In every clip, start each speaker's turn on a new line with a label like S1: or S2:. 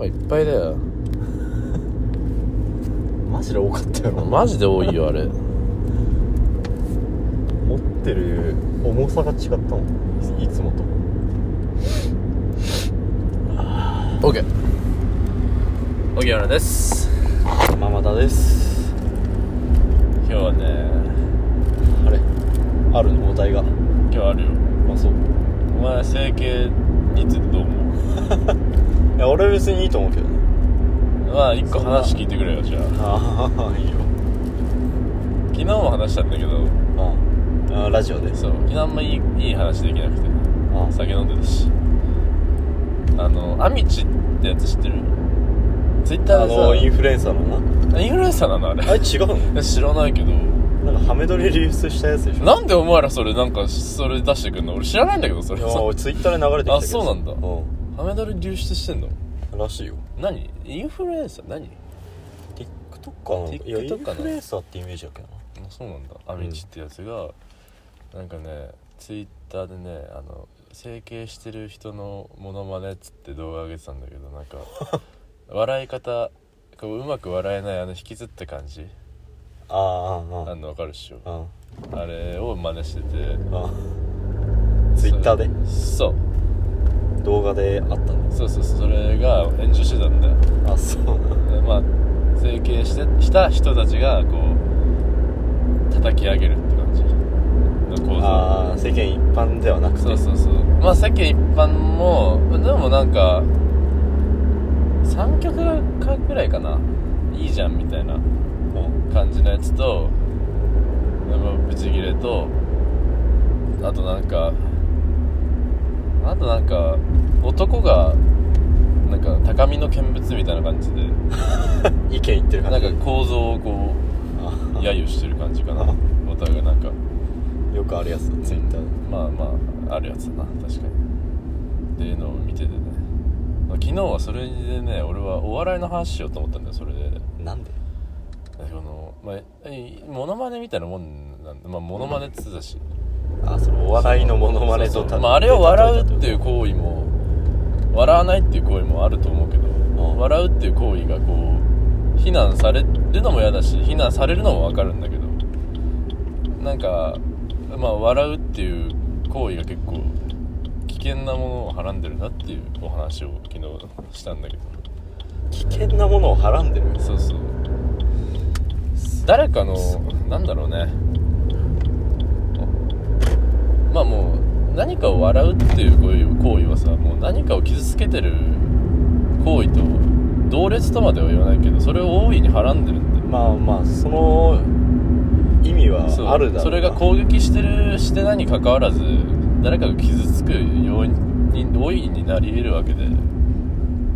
S1: あいっぱいだよ
S2: マジで多かったよな
S1: マジで多いよあれ
S2: 持ってる重さが違ったもんいいつもと
S1: OK 荻原です
S2: マ田です
S1: 今日はね
S2: あれあるのお題が
S1: 今日あるよ
S2: あそう
S1: お前整形についてどう思
S2: いや俺は別にいいと思うけどね
S1: うまあ一個
S2: そんな
S1: 話聞いてくれよじゃあ
S2: ああいいよ
S1: 昨日も話したんだけど
S2: ああラジオで
S1: そう昨日あんまいいいい話できなくて
S2: あ
S1: 酒飲んでたしあのアミチってやつ知ってるツイッタ
S2: あ
S1: ーでさ
S2: のインフルエンサーのな
S1: インフルエンサーなのあれ
S2: あれ違うの
S1: いや知らないけど
S2: なんかハメ撮り流出したやつでしょ
S1: なんでお前らそれなんかそれ出してくんの俺知らないんだけどそ
S2: い
S1: れ
S2: や
S1: さ
S2: 俺ツイッターで流れてきたけど
S1: あそうなんだ
S2: う
S1: ハメ撮り流出してんの
S2: んらしいよ
S1: 何インフルエンサー何
S2: TikTok かないやイ
S1: TikTok
S2: ン
S1: かな
S2: フルエンサーってイメージだっけな
S1: あそうなんだアミチってやつが、なんかねツイッターでねあの整形してる人のモノマネっつって動画上げてたんだけどなんか笑い方こううまく笑えないあの引きずった感じ
S2: ああ
S1: あ
S2: あ
S1: のわかるっしょ
S2: あ
S1: あれを真似してて
S2: ああツイッターで
S1: そう
S2: 動画であったの
S1: そうそうそうそれが炎上してたんだよ
S2: あそう
S1: でまあ整形してした人たちがこう叩き上げるって感じの構造
S2: ああ世間一般ではなくて
S1: そうそうそうまあ世間一般もでもなんか3曲かくらいかないいじゃんみたいな
S2: うん
S1: 感じのやつとでもブチギレとあとなんかあとなんか男がなんか高みの見物みたいな感じで
S2: 意見言ってる
S1: な
S2: 感
S1: ん
S2: じ
S1: か構造をこう
S2: あ
S1: 揶揄してる感じかな
S2: あ
S1: お互いなんか
S2: よくあるやつだツイッターで
S1: まあまああるやつだな確かにっていうのを見ててねまあ昨日はそれでね俺はお笑いの話しようと思ったんだよそれで
S2: なんで
S1: あのまあえモノマネみたいなもんなんでまあモノマネっつってたし
S2: あそのお笑いのモノマネ
S1: そ
S2: と
S1: うそ
S2: た
S1: うまああれを笑うってい
S2: 例え
S1: う行為も笑わないっていう行為もあると思うけど
S2: ん
S1: 笑うっていう行為がこう非難されるのも嫌だし非難されるのも分かるんだけどなんかまあ笑うっていう行為が結構危険なものをはらんでるなっていうお話を昨日したんだけど
S2: ば危険なものをはらんでる
S1: そうそう誰かのなんだろうねまあもう何かを笑うっていう行為行為はさもう何かを傷つけてる行為と同列とまでは言わないけどそれを大いにはらんでるんだよ
S2: まあまあその意味は
S1: そう
S2: あるだろうな
S1: それが攻撃してるして何かかわらず誰かが傷つく要因に大いになり得るわけで
S2: ま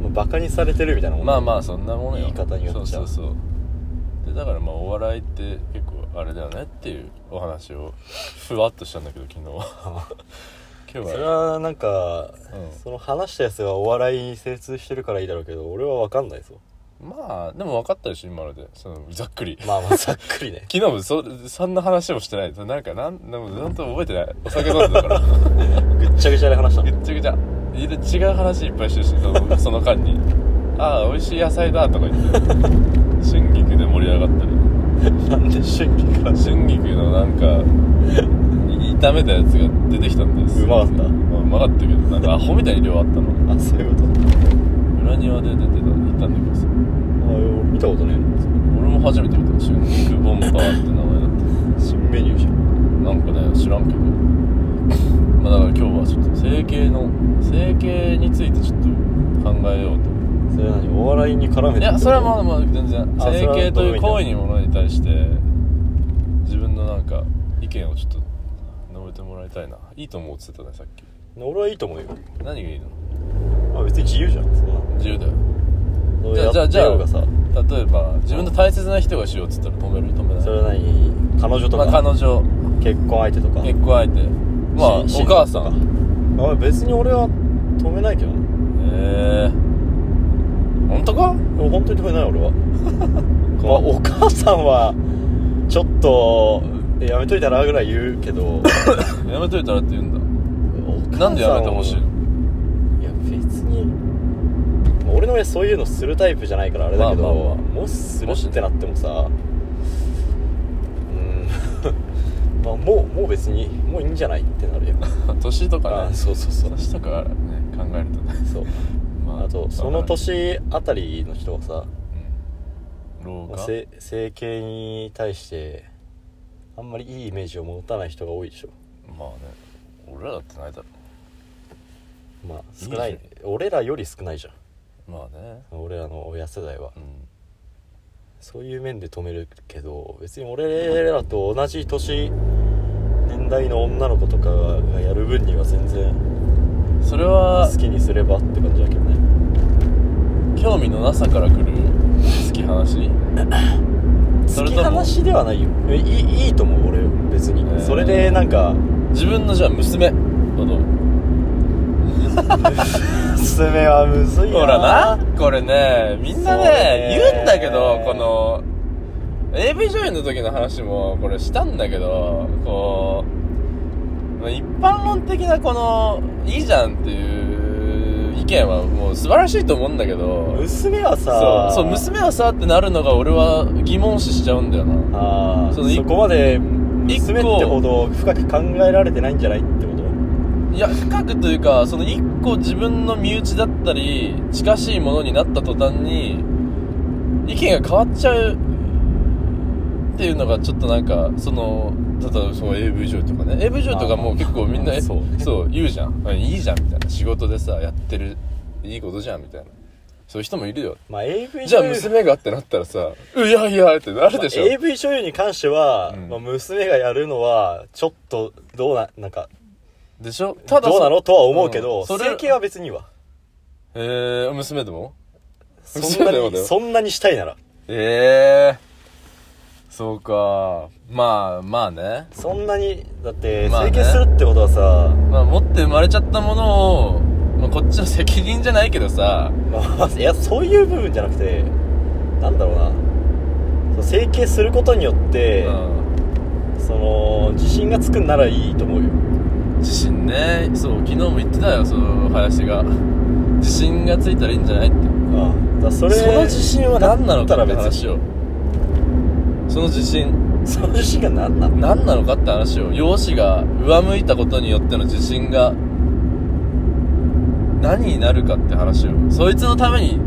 S2: あバカにされてるみたいなもん
S1: まあまあそんなものよ
S2: 言い方によっち
S1: そ
S2: ゃ
S1: うそうそうでだからまあお笑いって結構あれだよねっていうお話をふわっとしたんだけど昨 日は今
S2: そ
S1: 日
S2: れ
S1: は
S2: はなんか、
S1: うん
S2: その話したやつはお笑いに精通してるからいいだろうけど俺は分かんないぞ
S1: まあでも分かったでしょ今のでそのざっくり
S2: まあまあざっくりね
S1: 昨日もそそんな話もしてないなんかなんでも本当覚えてないお酒飲んでたから
S2: ぐっちゃぐちゃで話した
S1: ぐ
S2: の
S1: っちゃぐちゃいろいろ違う話いっぱいしてるしそのその間に「ああ美味しい野菜だ」とか言っ て春菊で盛り上がったり
S2: なんで春季から
S1: 春菊のなんか炒めたやつが出てきたんです
S2: うまかった
S1: まあうまかったけどなんかアホみたいに量あったの
S2: あそういうこと
S1: 裏庭で出てた行ったんだけどさ
S2: あ俺見たことねえ
S1: 俺も初めて見た春菊ボンバーって名前だっ
S2: な新メニューじゃん
S1: たなんかね知らんけどまあだから今日はちょっと整形の整形についてちょっと考えようと
S2: それ何お笑いに絡めて
S1: いやそれはまあまあ全然
S2: あ
S1: 整形という行為
S2: それはどうでもいいんだ
S1: にものに対して自分のなんか意見をちょっと述べてもらいたいないいと思うっつってたねさっき
S2: 俺はいいと思うよ
S1: 何がいいの
S2: あ別に自由じゃんそんな
S1: 自由だよ
S2: そ
S1: じ
S2: れ
S1: ゃ
S2: や
S1: あ
S2: っ
S1: じゃあじ
S2: て
S1: ゃ
S2: よう
S1: あ
S2: がさ
S1: 例えば自分の大切な人がしようっつったら止める止めない
S2: それは何彼女と
S1: ま
S2: か、
S1: あ、彼女
S2: 結婚相手とか
S1: 結婚相手まあお
S2: し
S1: 母さん
S2: んあ別に俺は止めないけどね
S1: ええ本当か
S2: 俺本当に止めない 俺はまあお母さんはちょっとえやめといたらぐらい言う けどお
S1: やめといたらって言うんだ
S2: 母さ
S1: なんでやめてほしいの
S2: いや別にまあ俺の親そういうのするタイプじゃないからあれだけど、
S1: まあまあまあ
S2: もしするってなってもさうん まあもうもう別にもういいんじゃないってなるよ
S1: 年とか
S2: あ
S1: ね
S2: そうそうそう
S1: 年とかね考えるとね
S2: そう
S1: ま
S2: あとその年あたりの人はさ
S1: 老化
S2: せ整形に対してあんまりいいイメージを持たない人が多いでしょ
S1: まあね俺らだってないだろ
S2: まあ少ない
S1: いいで
S2: 俺らより少ないじゃん
S1: まあね
S2: 俺らの親世代は、
S1: うん
S2: そういう面で止めるけど別に俺らと同じ年年代の女の子とかがやる分には全然
S1: それは
S2: 好きにすればって感じだけどね
S1: 興味のなさから来る好き話そ
S2: 好
S1: れ
S2: き
S1: とも
S2: 話ではないよえいいいいと思う俺別に、
S1: ー
S2: それでなんか
S1: 自分のじゃあ娘はどう
S2: 娘はむずいな
S1: ほらなこれねみんなね
S2: そうね
S1: 言うんだけどこの AV 女優の時の話もこれしたんだけどこうまあ一般論的なこのいいじゃんっていう意見はもう素晴らしいと思うんだけど
S2: 娘は
S1: そ
S2: さ
S1: うそう娘はさってなるのが俺は疑問視しちゃうんだよな
S2: ああ
S1: そ
S2: そ
S1: のい
S2: こまで娘ってほど深く考えられてないんじゃないってこと
S1: いや深くというかその一個自分の身内だったり近しいものになった途端に意見が変わっちゃうっていうのがちょっとなんかその例えばその AV 女優とかね AV 女優とかもう結構みんな
S2: あ そうね
S1: そう言うじゃんあいいじゃんみたいな仕事でさやってるいいことじゃんみたいなそういう人もいるよ
S2: まあ AV
S1: じゃあ
S2: 女優
S1: 娘がってなったらさ「いやいや」ってなるでしょ、
S2: まあ AV 女優に関しては、
S1: うん
S2: まあ、娘がやるのはちょっとどうななんか
S1: でしょただ
S2: どうなのとは思うけ
S1: うん
S2: ど、
S1: それ
S2: 整形は別にいいわ
S1: えー、娘でも
S2: そんな
S1: そうだよだ
S2: に
S1: よ
S2: そんなにしたいなら
S1: ええそうかまあまあね
S2: そんなにだって
S1: まあね
S2: 整形するってことはさ、
S1: まあ持って生まれちゃったものを、まあ、こっちの責任じゃないけどさ
S2: まあ、いやそういう部分じゃなくてなんだろうなその整形することによって、
S1: うん
S2: その自信がつくんならいいと思うよ
S1: 自信ねそう昨日も言ってたよその林が自信がついたらいいんじゃないって
S2: ああだからそ
S1: そ
S2: れ
S1: の自信は何なのかって
S2: だったら別
S1: 話をその自信
S2: にその自信が何なの
S1: 何なのかって話を容姿が上向いたことによっての自信が何になるかって話をそいつのために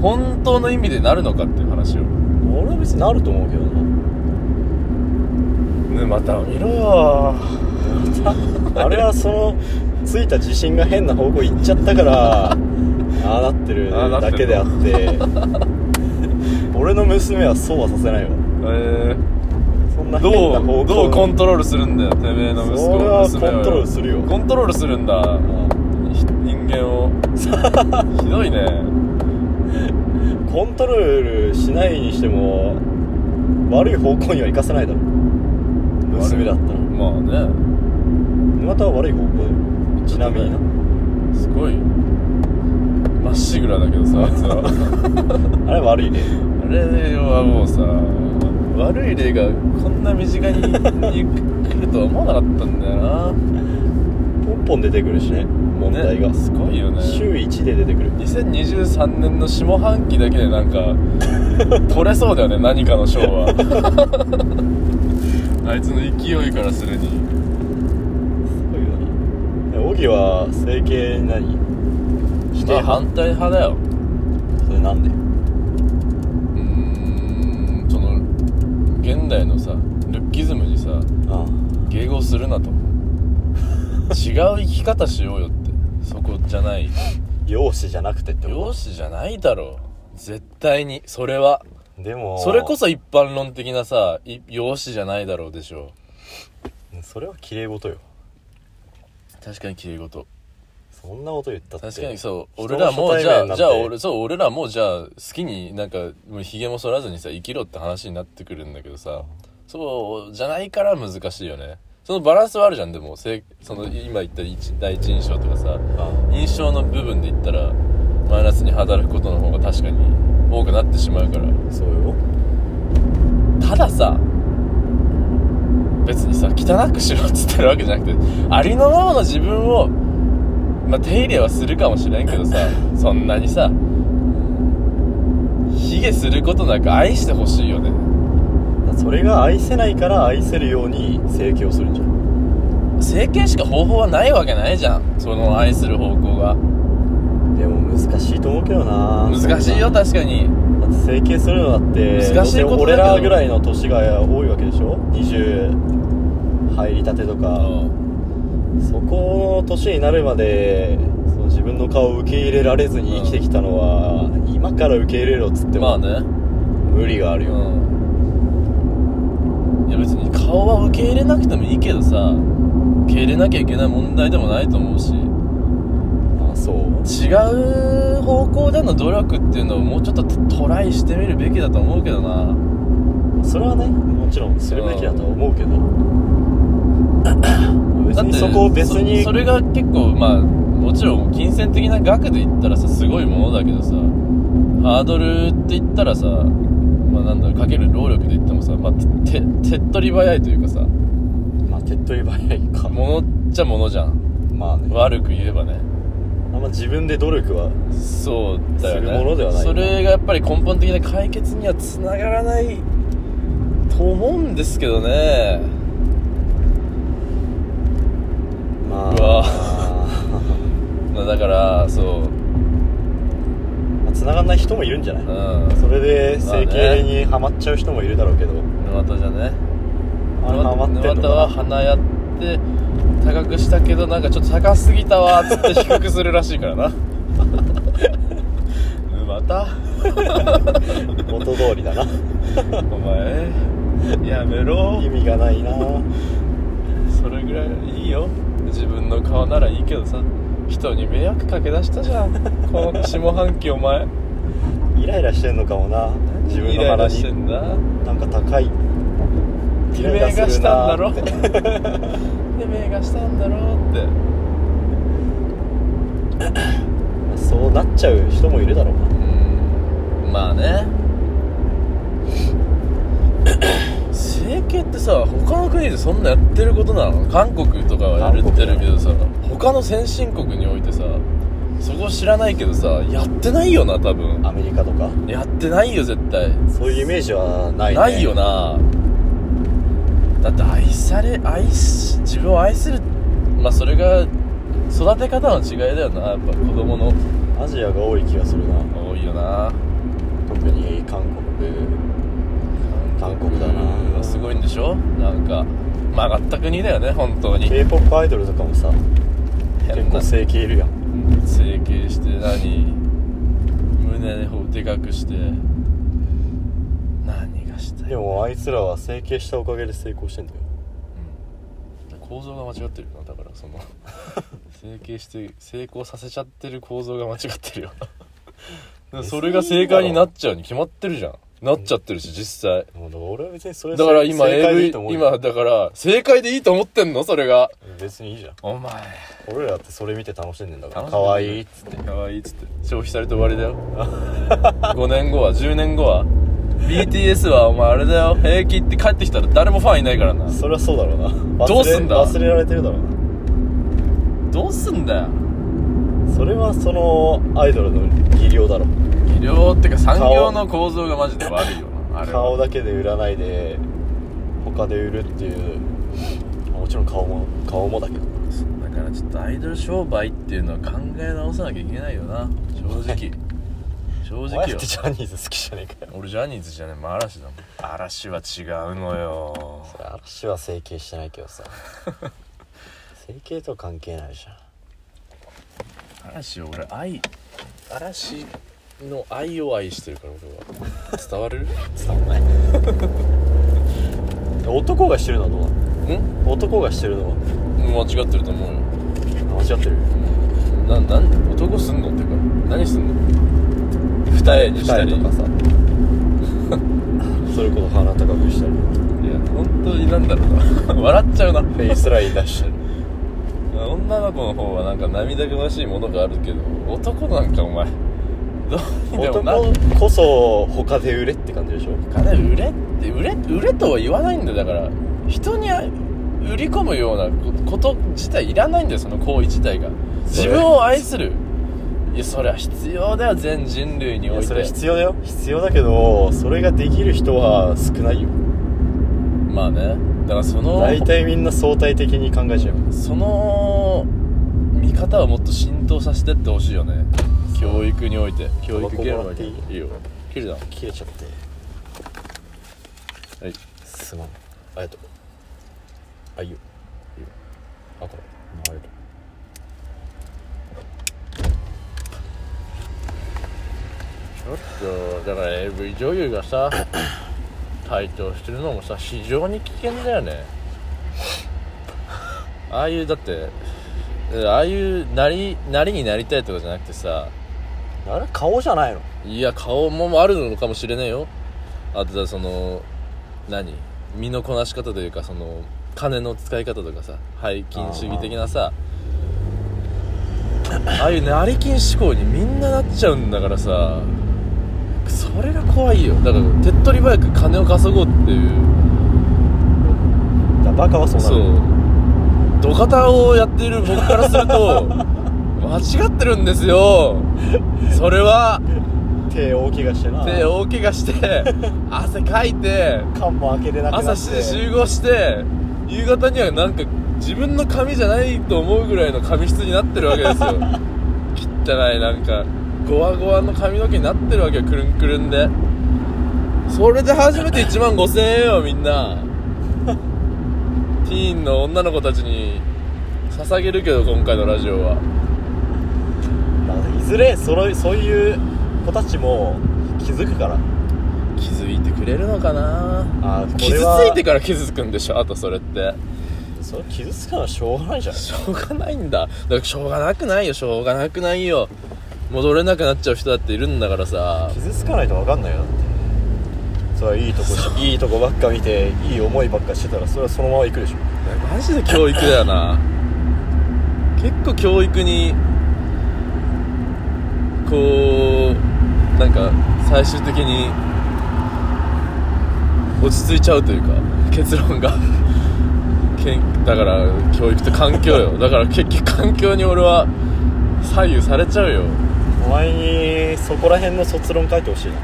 S1: 本当の意味でなるのかっていう話を
S2: 俺は別になると思うけどな
S1: 沼田を見ろよ
S2: あれはそのついた自信が変な方向行っちゃったからああなってる
S1: ああなって
S2: だ
S1: る
S2: けであって俺の娘はそうはさせないわ
S1: え
S2: そんな変
S1: ど
S2: な方
S1: う
S2: 向
S1: どうコントロールするんだよてめえの息子
S2: それは
S1: 娘を
S2: コントロールするよ
S1: コントロールするんだひ人間 をひどいね
S2: コントロールしないにしても悪い方向には行かせないだろ娘だったら
S1: まあね
S2: または悪い方向だよちなみにな
S1: すごいまっしぐらだけどさあいつら
S2: あれは悪いね
S1: あれはもうさ悪い例がこんな身近にに来るとは思わなかったんだよな
S2: ポンポン出てくるしね問題が、
S1: ねすごいよね
S2: 週1で出てくる
S1: 2023年の下半期だけでなんか取れそうだよね何かの賞はあいつの勢いからするに
S2: すごいよなオギは整形何否定
S1: まあ
S2: 派、
S1: 反対派だよ
S2: それなんで
S1: うーんその現代のさルッキズムにさ
S2: あ
S1: 迎合するなと違う生き方しようよってそこじゃない
S2: 容姿じゃなくてってこ
S1: 容姿じゃないだろう絶対にそれは
S2: とでも
S1: それこそ一般論的なさい容姿じゃないだろうでしょ
S2: それは綺麗事よ
S1: う確かに綺麗事
S2: そんなこと言ったって
S1: 確かにそう
S2: 人の
S1: 俺らもう
S2: 初
S1: じ
S2: 対
S1: ゃ
S2: 面なん
S1: あ
S2: て
S1: じゃあ俺そう俺らもうじゃあ好きになんかもうひげも剃らずにさ生きろって話になってくるんだけどさそうじゃないから難しいよねそのバランスはあるじゃんでもせいその今言った一第一印象とかさ
S2: あ
S1: 印象の部分で言ったらマイナスに働くことの方が確かに多くなってしまうから
S2: そうよ
S1: たださ別にさ汚くしろっつってるわけじゃなくてありのままの 自分を、まあ、手入れはするかもしれんけどさそんなにさ卑下することなく愛してほしいよね
S2: それが愛せないから愛せるように整形をするんじゃん
S1: 整形しか方法はないわけないじゃんその愛する方向が
S2: でも難しいと思うけどな
S1: 難しいよ
S2: だ
S1: 確かに
S2: だって整形するのだって
S1: 難しいことだけ
S2: 俺
S1: ど
S2: らぐらいの年が多いわけでしょ20入りたてと
S1: う
S2: か
S1: ん
S2: そこの年になるまでその自分の顔を受け入れられずに生きてきたのは、今から受け入れろっつって
S1: まあ
S2: も
S1: ね
S2: 無理があるよ、
S1: うんいや別に顔は受け入れなくてもいいけどさ受け入れなきゃいけない問題でもないと思うし
S2: あそう
S1: 違う方向での努力っていうのをもうちょっとトライしてみるべきだと思うけどな
S2: それはねもちろんするべきだとは思うけど別
S1: だっ
S2: に
S1: て
S2: そこを別に
S1: そそれが結構まあもちろん金銭的な額で言ったらさすごいものだけどさハードルって言ったらさまあなんだろうかける労力で言ってもさ、まあ、てて手っ取り早いというかさ
S2: まあ手っ取り早いか
S1: ものっちゃものじゃん
S2: まあね
S1: 悪く言えばね
S2: あんま自分で努力は
S1: そうだよね
S2: するものではない
S1: それがやっぱり根本的な解決にはつながらないと思うんですけどね
S2: ま
S1: うわ
S2: あ
S1: まあだからそう
S2: まあ繋がんない人もいるんじゃない、
S1: うん
S2: それで整
S1: まあ
S2: 形
S1: ね
S2: にハマっちゃう人もいるだろうけど、
S1: 沼田じゃね
S2: あれハマってんのか
S1: 沼
S2: な
S1: 田は花やって高くしたけどなんかちょっと高すぎたわっつって低くするらしいから な沼田
S2: 元通りだな
S1: お前やめろ
S2: 意味がないな
S1: それぐらいいいよ自分の顔ならいいけどさ人に迷惑かけだしたじ ゃんこの下半期お前
S2: イライラしてんのかもな自分
S1: イ
S2: の
S1: ライ
S2: 腹
S1: ラして
S2: に
S1: んだ
S2: なんか高い
S1: てめえが したんだろ
S2: イライラするなーって
S1: てめえがしたんだろって
S2: そうなっちゃう人もいるだろう
S1: う
S2: な
S1: んまあ ね整形ってさ他の国でそんなやってることなの韓国とかはやるってるけどさ他の先進国においてさそこ知らないけどさやってないよな多分
S2: アメリカとか
S1: やってないよ絶対
S2: そういうイメージはない、ね、
S1: ないよなだって愛され愛し自分を愛するまあそれが育て方の違いだよなやっぱ子供の
S2: アジアが多い気がするな
S1: 多いよな
S2: 特に韓国韓国だな
S1: すごいんでしょなんか曲がった国だよね本当に
S2: k p o p アイドルとかもさ結
S1: 変な
S2: 構整形いるやん
S1: 整形して何胸をでかくして何がしたい
S2: でもあいつらは整形したおかげで成功してんだよ
S1: うん構造が間違ってるよなだからその 整形して成功させちゃってる構造が間違ってるよ だからそれが正解になっちゃうに決まってるじゃんなっちゃってるし実際
S2: もう俺は別にそれ
S1: だから今
S2: 正解でい
S1: AV
S2: いと思うよ
S1: 今だから正解でいいと思ってんのそれが
S2: 別にいいじゃん
S1: お前
S2: 俺らだってそれ見て楽しんでんだから
S1: 楽しんでる
S2: かわいいっつって
S1: かわいいっつって消費されて終わりだよ 5年後は10年後は BTS はお前あれだよ平気って帰ってきたら誰もファンいないからな
S2: それはそうだろうな忘れ
S1: どうすんだ
S2: 忘れられてるだろうな
S1: どうすんだよ
S2: それはそのアイドルの技量だろ
S1: 医療ってか産業の構造がマジで悪いよなあれは
S2: 顔だけで売らないで他で売るっていうもちろん顔も顔もだけど
S1: だからちょっとアイドル商売っていうのは考え直さなきゃいけないよな正 直正
S2: お
S1: 直
S2: 前だ
S1: よ
S2: ってジャニーズ好きじゃねえかよ
S1: 俺ジャニーズじゃねえもん嵐だもん嵐は違うのよ
S2: それ嵐は整形してないけ どさ整形とは関係ないじゃん
S1: 嵐を俺愛嵐の愛を愛してるから俺は伝わる
S2: 伝わんない 男がしてるのはどうなの
S1: ん
S2: 男がしてるのは
S1: 間違ってると思うよ
S2: あ間違ってる
S1: ななん男すんのっていうか何すんの二重にしたり
S2: 二重 とかさそれこそ鼻高くしたり
S1: いや本当になんだろうな 笑っちゃうな
S2: フェイスライン出したり
S1: 女の子の方はなんか涙ぐましいものがあるけど男なんかお前どうにでもな
S2: 男こそ他で売れって感じでしょ
S1: 金売れって売れ売れとは言わないんだよだから人に売り込むようなことこと自体いらないんだよその行為自体が
S2: そ
S1: 自
S2: れ
S1: 分を愛するいやそれは必要だよ全人類に
S2: い
S1: おい
S2: や
S1: て
S2: それは必要だよ必要だけどそれができる人は少ないよ
S1: まあねだからその
S2: 大体みんな相対的に考えちゃう
S1: その見方をもっと浸透させてってほしいよね教育において教育現場にいいよ切るじゃん
S2: 切れちゃって
S1: はい
S2: すまんありがとうあいいよいいよあこれありがとう
S1: ちょっとだから AV 女優がさ台頭してるのもさ非常に危険だよねああいうだってえああいうなりなりになりたいとかじゃなくてさ
S2: あれ顔じゃないの
S1: いや顔もあるのかもしれないよあとだその何身のこなし方というかその金の使い方とかさ背金主義的なさああいう成金思考にみんななっちゃうんだからさそれが怖いよだから手っ取り早く金を稼ごうっていう
S2: だバカはそうな
S1: そ
S2: る
S1: う土方をやっている僕からすると間違ってるんですよそれは
S2: 手大怪我してな
S1: で大怪我して 汗かいて
S2: 缶も開けれなくなって
S1: 朝7時集合して夕方にはなんか自分の髪じゃないと思うぐらいの髪質になってるわけ ですよ汚いなんかゴワゴワの髪の毛になってるわけよくるんくるんでそれで初めて1万5000円よみん なティーンの女の子たちに捧げるけど今回のラジオは
S2: だからいずれそのそういう子たちも気づくから
S1: 気づいてくれるのかな
S2: あーこ
S1: 傷つ
S2: れはい
S1: てから気づくんでしょあとそれって
S2: それ傷つくのはしょうがないじゃん
S1: しょうがないんだだからしょうがなくないよしょうがなくないよ戻れなくなっちゃう人だっているんだからさ
S2: 傷つかないと分かんないよだってそれはいいとこしいいとこばっか見ていい思いばっかしてたらそれはそのまま行くでしょ
S1: マジで教育だよな結構教育にこうなんか最終的に落ち着いちゃうというか結論がけんだから教育と環境よだから結局環境に俺は左右されちゃうよ
S2: お前にそこら辺の卒論書いてほしいな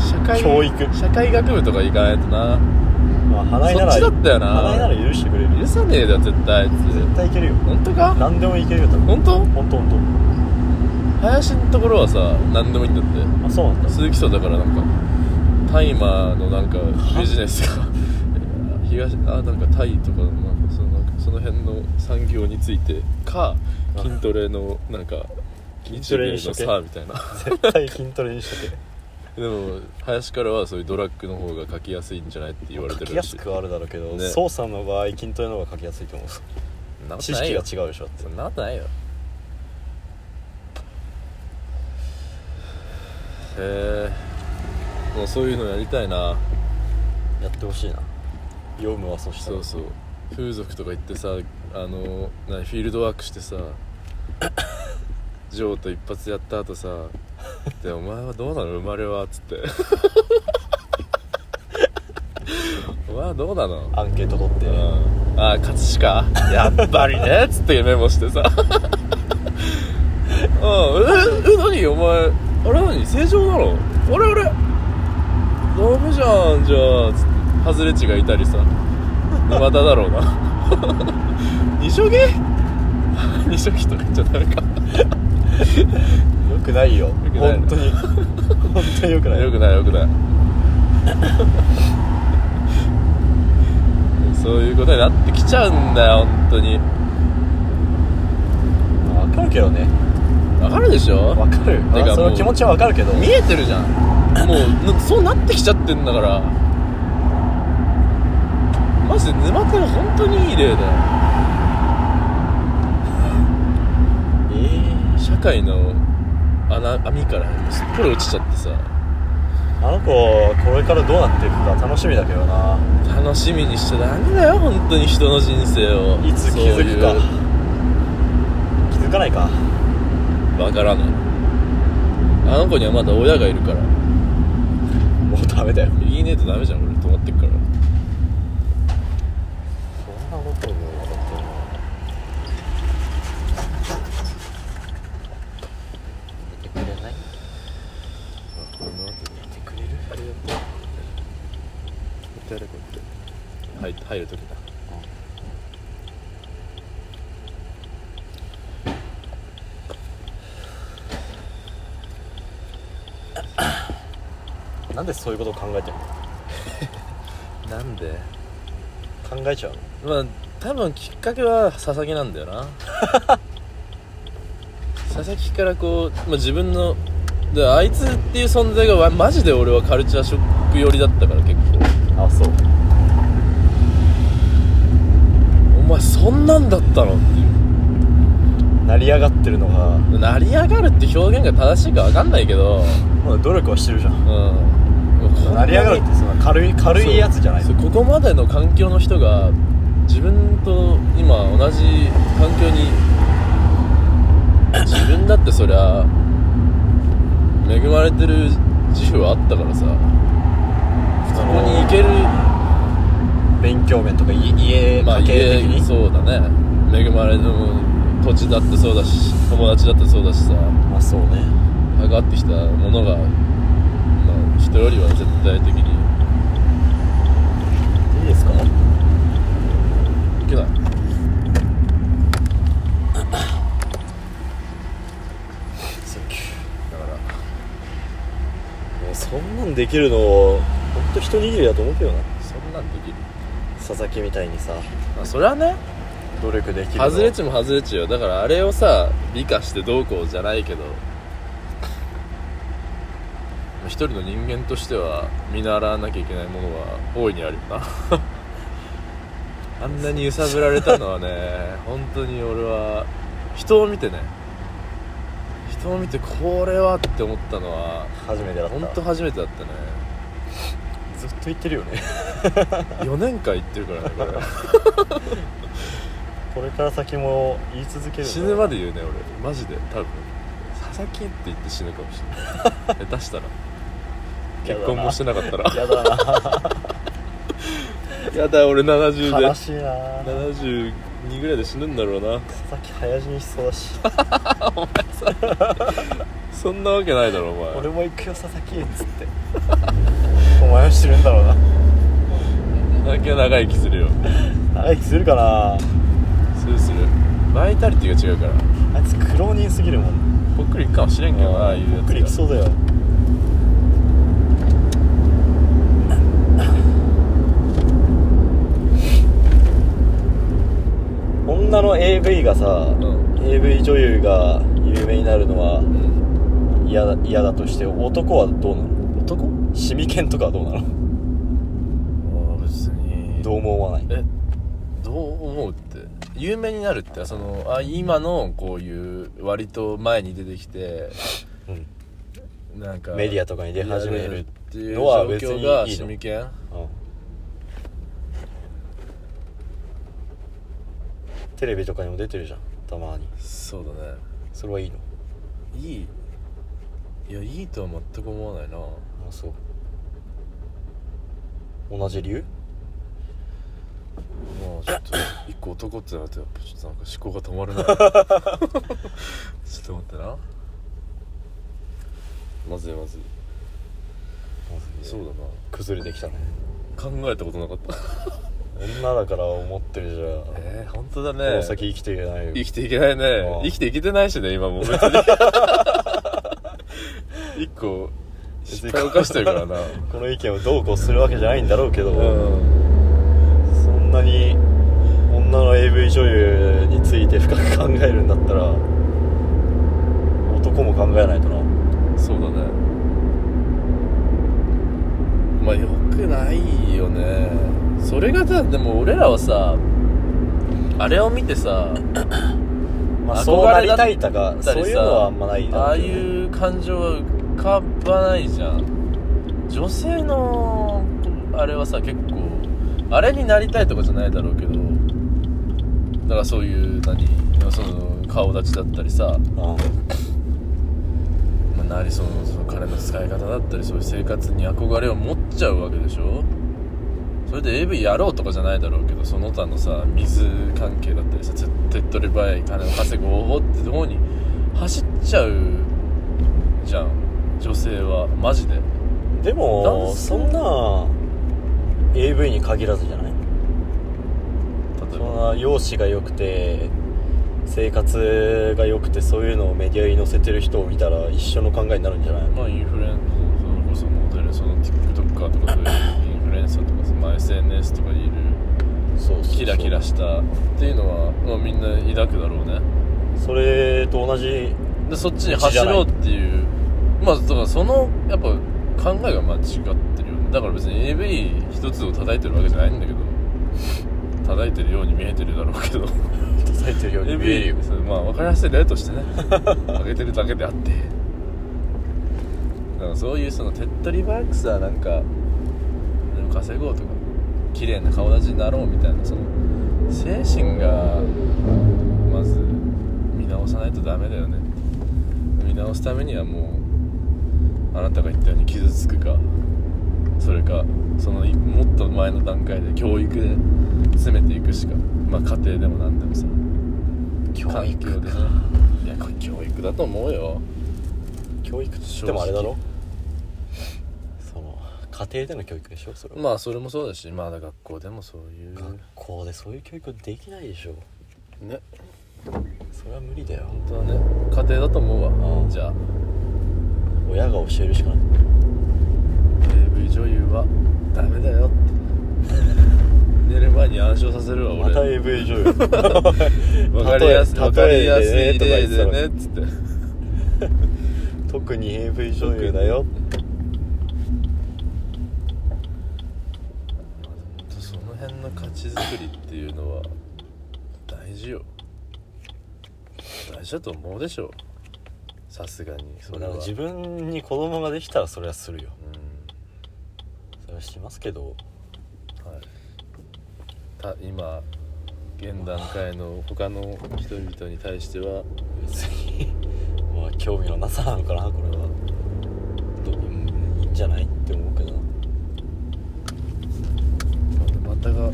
S1: 社会
S2: 教育
S1: 社会学部とか行かないとな
S2: まあ花井なら
S1: そっちだったよな
S2: 花井なら許してくれる
S1: 許さねえだ絶対あいつ
S2: 絶対いけるよ
S1: 本当か
S2: 何でもいけるよ多分
S1: 本当
S2: ほんとほんと
S1: 林のところはさ何でもいいんだっ
S2: あそうなんだ
S1: て鈴木荘だからなんかタイマーのなんかビジネスが 東あなんかタイとかなんかそのなんかその辺の産業についてか筋トレのなんか
S2: 筋トレにしとけ
S1: 一部のさみたいな
S2: 絶対筋トレにしとけ
S1: でも林からはそういうドラッグの方が書きやすいんじゃないって言われて
S2: 書き
S1: るら
S2: や
S1: しい
S2: すくはあるだろうけど
S1: ね
S2: 操作の場合筋トレの方が書きやすいと思う
S1: そんなこと
S2: 知
S1: ない
S2: 識
S1: よ
S2: が違うでしょだって
S1: そんなことないよへえもうそういうのやりたいな
S2: やってほしいな読むはそした
S1: そ
S2: ら
S1: うそう風俗とか行ってさあの何フィールドワークしてさジョーと一発やった後さ「でお前はどうなの生まれは」っつって 「お前はどうなの?」
S2: アンケート取って
S1: うんああ葛飾やっぱりねっつってメモしてさ うんええ何お前あれ何正常なのあれあれダメじゃんじゃあつって外れ値がいたりさ沼田だろうな 二所毛 二所毛とか言っちゃダメか
S2: よくないよ
S1: くない
S2: 本当 に本当によくない
S1: よくないよくない そういうことになってきちゃうんだよ本当に
S2: まあわかるけどね
S1: わかるでしょ
S2: わかる
S1: てか
S2: あそ
S1: も
S2: の
S1: う
S2: 気持ちはわかるけど
S1: 見えてるじゃんもうなそうなってきちゃってんだからマジで沼田が本当にいい例だよ
S2: えー
S1: 社会の穴網からすっぽり落ちちゃってさ
S2: あの子これからどうなっていくか楽しみだけどな
S1: 楽しみにしちゃダメだよ本当に人の人生を
S2: いつ気づくか
S1: そういう
S2: 気づかないか
S1: わからないあの子にはまだ親がいるから
S2: もうダメだよ
S1: 言いねえとダメじゃん俺止まってっから
S2: そんなことも分かってるない
S3: この後に
S2: やってくれる
S3: ありがとうやってやれこうやって
S1: 入入る時だ
S2: なんでそういうこと考えてる
S1: なんで
S2: の考えちゃうの
S1: まあ多分きっかけは佐々木なんだよ な佐々木からこう、まあ、自分のであいつっていう存在がわマジで俺はカルチャーショック寄りだったから結構
S2: あそう
S1: お前そんなんだったのっていう
S2: 成り上がってるのが、
S1: 成り上がるって表現が正しいか分かんないけど
S2: まあ、努力はしてるじゃ
S1: うんん
S2: 成り上がるってそんな軽い軽いやつじゃない
S1: そうそうここまでの環境の人が自分と今同じ環境 に自分だってそりゃ恵まれてる自負はあったからさ
S2: そ
S1: そこに行ける
S2: 勉強面とかい家
S1: まあ
S2: 家計的
S1: 家
S2: に、
S1: そうだね恵まれる土地だってそうだし友達だってそうだしさ
S2: まあそうね
S1: 上がってきたものが、まあ、人よりは絶対的に
S2: いいですか
S1: いけないだから
S2: もうそんなんできるのほんと一握りだと思うけどな
S1: そんなんできる
S2: 佐々木みたいにさ
S1: まあそれはね
S2: 努力できるの
S1: 外れちも外れちよだからあれをさ美化してどうこうじゃないけど一人の人間としては見習わなきゃいけないものは大いにあるよな あんなに揺さぶられたのはね本当に俺は人を見てね人を見てこれはって思ったのは
S2: 初めてだった
S1: 本当初めてだったね
S2: ずっと言ってるよね
S1: 4年間行ってるからねこれ
S2: これから先も言い続ける
S1: 死ぬま
S2: で
S1: で言うね俺マジで多分佐々木って言って死ぬかもしれない 下手したら
S2: やだ
S1: 結
S2: な
S1: 婚もしてなかったら
S2: や だ
S1: やだ俺
S2: な
S1: 70で
S2: 悲しいな
S1: 72ぐらいで死ぬんだろうな
S2: 佐々木早死にしそうだし
S1: そんなわけないだろお前
S2: 俺も行くよ佐々木っつって お前はしてるんだろう な
S1: だけ長生きするよ
S2: 長生きするかな
S1: するするバイタリティが違うから
S2: あいつ苦労人すぎるもん
S1: ぽっくりいくかもしれんけどなああいうやつが
S2: ゆっくり行きそうだよ女の AV がさ、
S1: ん
S2: AV 女優が有名になるのは
S1: うん
S2: 嫌だ嫌だとして男はどうなの
S1: 男
S2: シミケンとかはどうなの
S1: ああ別に
S2: どうも思わない
S1: えどう思うって有名になるってそのあ今のこういう割と前に出てきて
S2: うん
S1: なんか
S2: メディアとかに出始める
S1: やれっていう
S2: のは別に
S1: 状
S2: いい
S1: 況が
S2: の
S1: シミケン
S2: うんテレビとかにも出てるじゃんたまに
S1: そうだね
S2: それはいいの
S1: いいいやいいとは全く思わないな
S2: あそう同じ理由
S1: まあちょっと一個男ってなるとやっぱちょっとなんか思考が止まる なちょっと待ってなまずいまずいそうだな
S2: 崩れてきたね
S1: 考えたことなかった
S2: 女だから思ってるじゃん、
S1: えー、本当だね
S2: この先生きていけないよ
S1: 生きていけないね
S2: ああ
S1: 生きていけてないしね今もう別に 一個失敗を犯してるからな
S2: この意見をどうこうするわけじゃないんだろうけ ど、
S1: うん
S2: そんなに女の AV 女優について深く考えるんだったら男も考えないとな
S1: そうだねまあよくないよねそれがさでも俺らはさあれを見てさ
S2: まあ、
S1: 憧
S2: そうな
S1: れ
S2: り
S1: だった
S2: いとかそういうのはあんまない
S1: ああ
S2: うけどね
S1: いう感情は浮かばないじゃん女性のあれはさ結構あれになりたいとかじゃないだろうけどだからそういう何その顔立ちだったりさ、まあ、なりそのその金の使い方だったりそういう生活に憧れを持っちゃうわけでしょそれで AV やろうとかじゃないだろうけどその他のさ水関係だったりさ絶対手っ取り早い金を稼ぐ方法って方に走っちゃうじじゃん女性はマジで
S2: でも
S1: 男性
S2: そんな AV に限らずじゃな
S1: 例
S2: い
S1: え
S2: そ
S1: ば
S2: んな容姿が良くて生活が良くてそういうのをメディアに載せてる人を見たら一緒の考えになるんじゃない
S1: まあインフルエンそれこそモデルその TikToker とかそういうインフルエンサーとかさ、まあ、SNS とかいる
S2: そうそうそう
S1: キラキラしたっていうのは、まあ、みんな抱くだろうね
S2: それと同じ
S1: でそっちに走ろうっていうまあだからそのやっぱ考えが間違ってるよねだから別に AV 一つを叩いてるわけじゃないんだけど叩いてるように見えてるだろうけど
S2: 叩いてるように見えるよ
S1: AV そうまあ分かりやすい例としてね上げてるだけであってだからそういうその手っ取り早くさなんかでも稼ごうとか綺麗な顔立ちになろうみたいなその精神がまず見直さないとダメだよね見直すためにはもうあなたが言ったように傷つくかそれかそのいもっと前の段階で教育で詰めていくしかまあ家庭でも何でもさ
S2: 教
S1: 環境でね
S2: 育か
S1: いやこれ教育だと思うよ
S2: 教育って言ってもあれだろその家庭での教育でしょそれは、
S1: まあそれもそうだしまあだ学校でもそういう
S2: 学校でそういう教育できないでしょ
S1: ね
S2: それは無理だよ
S1: 本当はね家庭だと思う
S2: う
S1: わ
S2: ん
S1: じゃあ
S2: 親が教えるしかない
S1: AV 女優はダメだよって 寝る前に暗唱させるわ
S2: ま
S1: 俺
S2: た AV 女優
S1: わかりやすい
S2: 例え
S1: わかりやすい例
S2: 例えで
S1: で
S2: ねと
S1: ね
S2: か言
S1: っ
S2: って
S1: つって
S2: 特に AV 女優だよ
S1: その辺の価値づくりっていうのは大事よ大事だと思うでしょさすがにそ
S2: そ
S1: れ
S2: れ
S1: は
S2: は自分に子供ができたらそれはする
S1: う
S2: よそれはしますけど
S1: んはいた今現段階の他の人々に対しては
S2: 別に まあ興味のなさなのかなこれはどううんいいんじゃないって思うけどな
S1: またがっ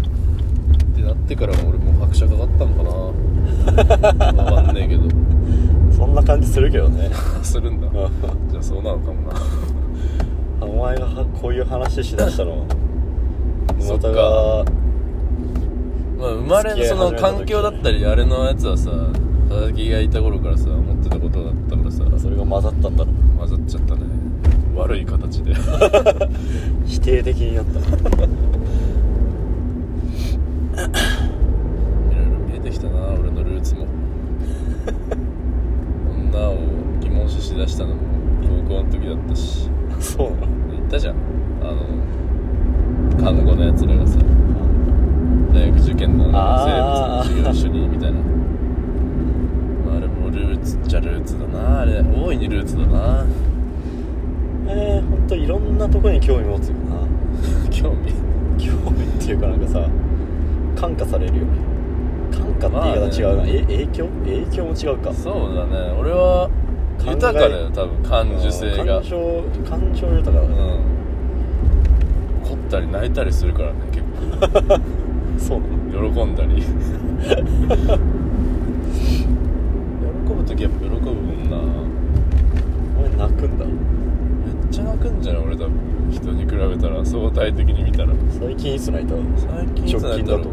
S1: てなってからも俺もう拍車かかったのかなわかんねえけど
S2: そんな感じするけどね
S1: するんだ
S2: うん
S1: じゃあそうなのかもな
S2: お前がはこういう話しだしたのは
S1: そっか
S2: 太田が
S1: まあ、生ま
S2: 付
S1: れ
S2: き合
S1: そ
S2: い始
S1: の
S2: めた時
S1: 環境だったりあれのやつはさ佐々木がいた頃からさ思ってたことだったからさ
S2: それが混ざったんだろう
S1: 混ざっちゃったね悪い形で
S2: 否定的になったな
S1: いろいろ見えてきたな俺のルーツも女を疑問視しだしたのも高校の時だったし
S2: そうなの
S1: 言ったじゃんあの看護のやつらがさ大学受験の
S2: あー
S1: 生物の授業一緒にみたいなまああれもルーツっちゃルーツだなあれ大いにルーツだな
S2: えー、ほんといろんなとこに興味持つよな
S1: 興味
S2: 興味っていうかなんかさ感化されるよね感化って言い方違うな、
S1: まあね
S2: え影響影響も違うか
S1: そうだね俺は
S2: 考え
S1: 豊かだよ多分感受性が
S2: 感情感情豊かだ
S1: う
S2: ね、
S1: ん怒ったり泣いたりするからね結
S2: そうなの
S1: 構喜んだり喜ぶ時やっぱ喜ぶもんな
S2: お前泣くんだ
S1: めっちゃ泣くんじゃない俺多分人に比べたら相対的に見たら
S2: 最近いつ泣いた
S1: 最近いつ泣いたろ
S2: 直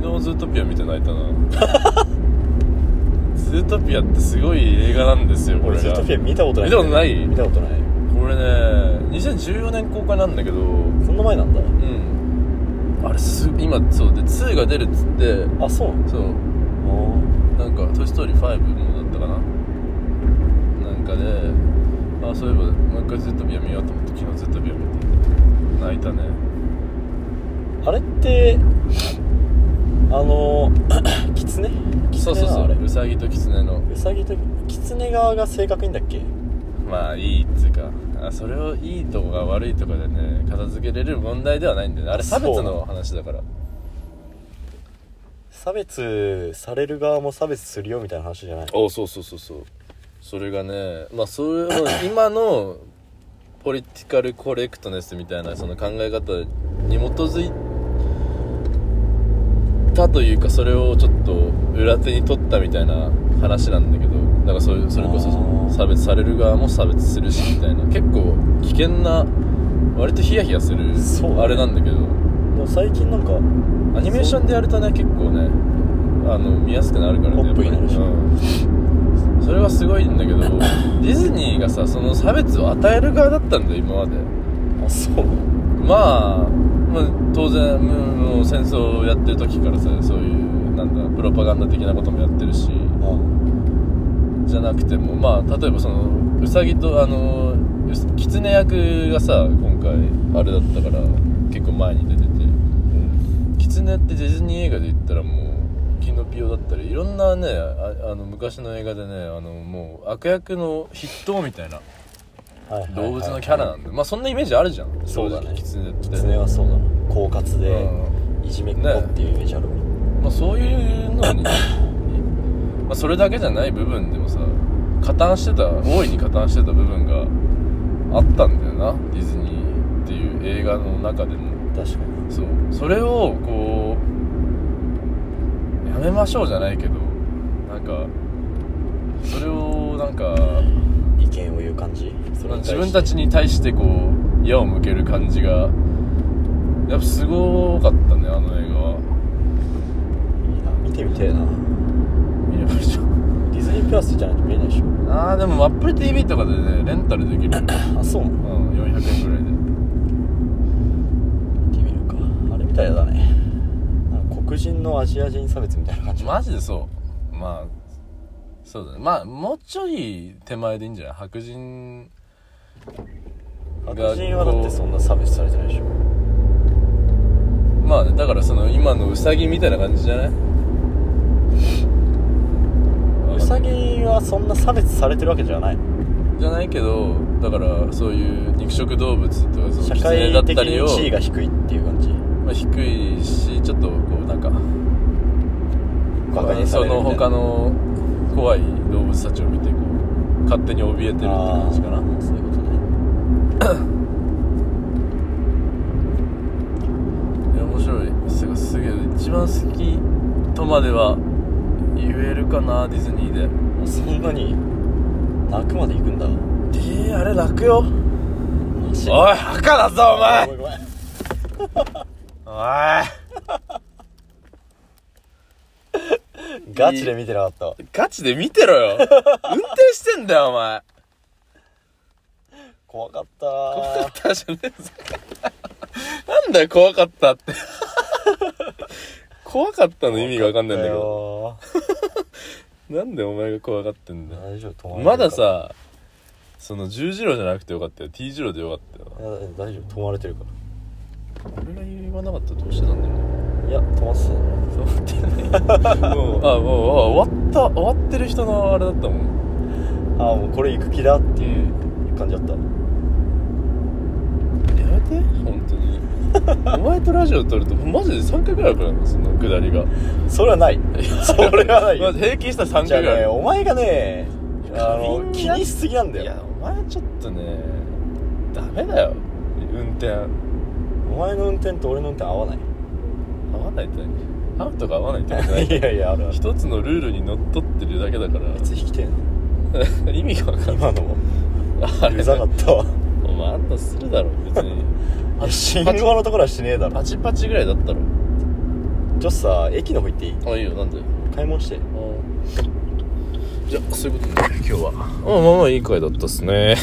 S1: 昨日ズートピア見て泣いたな ズートピアってすごい映画なんですよこれ
S2: 俺
S1: が
S2: ズートピア見たことないんだよ
S1: 見たことない
S2: 見たことない
S1: これね2014年公開なんだけど
S2: そんな前なんだ
S1: うんあれす今そうで2が出るっつって
S2: あそうなの
S1: そう
S2: あ
S1: なんか「トイ・ストーリー5」もだったかななんかであそういえばもう一回ずっとビア見ようと思って昨日ずっとビア見て泣いたね
S2: ーあれってあの キツネキツ
S1: そ
S2: ネ
S1: うそうそ
S2: なあれ
S1: うウサギとキツネの
S2: ウサギとキツネ側が正確いいんだっけ
S1: まあいいっていうかあそれをいいとこが悪いとこでね片付けれる問題ではないんだよねあれ差別の話だから
S2: 差別される側も差別するよみたいな話じゃない
S1: おそうそうそうそうそれがねまあそういうの今のポリティカルコレクトネスみたいなその考え方に基づいたというかそれをちょっと裏手に取ったみたいな話なんだけどだからそういうそれこそ
S2: あー
S1: 差別される側も差別するしみたいな結構危険な割とヒヤヒヤする
S2: そう
S1: あれなんだけど
S2: でも最近なんか
S1: アニメーションでやるとね結構ねあの見やすくなるからね
S2: ポップになるし
S1: やっぱりうんそれはすごいん だけどディズニーがさその差別を与える側だったんだよ今まで
S2: あそう
S1: まあ、まあ、当然もうもう戦争をやってる時からさそういうなんだプロパガンダ的なこともやってるし
S2: あ
S1: じゃなくてもまあ例えばそのウサギとあのうす狐役がさ今回あれだったから結構前に出てて
S2: うん
S1: 狐ってディズニー映画で言ったらもうキノピオだったりいろんなねああの昔の映画でねあのもう悪役の筆頭みたいな
S2: はいはいは
S1: 動
S2: い
S1: 物のキャラなんで、まあそんなイメージあるじゃん
S2: そうだね
S1: 正直狐って
S2: 狐はそうだな狡猾でいじめっ子
S1: ね
S2: っていうイメージあるもん、
S1: まあ、そういうのにまあそれだけじゃない部分でもさ加担してた大いに加担してた部分があったんだよなディズニーっていう映画の中でも
S2: 確かに
S1: そうそれをこうやめましょうじゃないけどなんかそれをなんか
S2: 意見を言う感じそれに対し
S1: 自
S2: て
S1: 分たちに対してこう矢を向ける感じがやっぱすごかったねあの映画はい
S2: いな見てみてえな
S1: 見ればいいじゃん
S2: ディズニープラスじゃないと見えないでしょ
S1: ああでも AppleTV とかでねレンタルできるよ、
S2: あそうな
S1: う
S2: の
S1: ん、400円ぐらいで
S2: 見てみるかあれみたいだねなんか黒人のアジア人差別みたいな感じ
S1: マジでそうまあそうだねまあもうちょい手前でいいんじゃない白人
S2: 白人はだってそんな差別されてないでしょ
S1: まあねだからその今のウサギみたいな感じじゃない
S2: ウサギはそんな差別されてるわけじゃない
S1: じゃないけどだからそういう肉食動物とかその
S2: 社
S1: キツネ
S2: 会
S1: だっ
S2: 的
S1: たり
S2: に
S1: を
S2: 地位が低いっていう感じ
S1: まあ、低いしちょっとこうなんか
S2: 馬鹿にさ
S1: そ
S2: れ
S1: の
S2: るみたいな
S1: 他の怖い動物たちを見てこう勝手に怯えてるって感じかな
S2: あーそういうことね
S1: いや面白いすごいすげえ一番好きとまでは言えるかなディズニーで
S2: そんなに泣くまで行くんだ
S1: えー、あれ泣くよ
S2: マジ
S1: おい墓だぞお前
S2: ごめんごめん
S1: お
S2: ガチで見てなかったわ
S1: いガチで見てろ よ運転してんだよお前
S2: 怖かった怖
S1: 怖かったじゃねえぞなんだよ怖かったって怖かったの意味がわかんないんだけど
S2: よ
S1: なんでお前が怖がってんだよ
S2: 大丈夫止まれてるか
S1: まださその十字路じゃなくてよかったよ T 字路でよかったよ
S2: いや大丈夫止まれてるか
S1: 俺が言わなかったらどうしてなんだろう
S2: らいや止まってたよ
S1: そう思ってないもうあもうあ終わった終わってる人のあれだったもん
S2: ああもうこれ行く気だっていう感じだった
S1: やめて本当にお前とラジオ撮るとマジで3回ぐらいあるからねその下りが
S2: それはない それはない
S1: まあ
S2: よ
S1: 平均したら3
S2: じゃあ
S1: 回ぐらいあ
S2: ね
S1: る
S2: お前がねあ
S1: 過
S2: の
S1: 敏
S2: 気
S1: な
S2: にしすぎなんだ
S1: いや
S2: よ
S1: お前ちょっとねダメだよ運転
S2: お前の運転と俺の運転合わない
S1: 合わないって何合うとか合わないってことない
S2: やいやあるある
S1: 一つのルールにのっとってるだけだか
S2: いつ引きてんの
S1: ら 意味がわかんない
S2: 今のも
S1: あ
S2: うざかったわ
S1: お前あんたするだろ別に
S2: いや信号のところはしてねえだろ
S1: パチパチぐらいだったろ
S2: ちょっとさ駅の方行っていい
S1: あいいよなんで
S2: 買い物して
S1: じゃあそういうことね今日はまあまあまあいい回だったっすね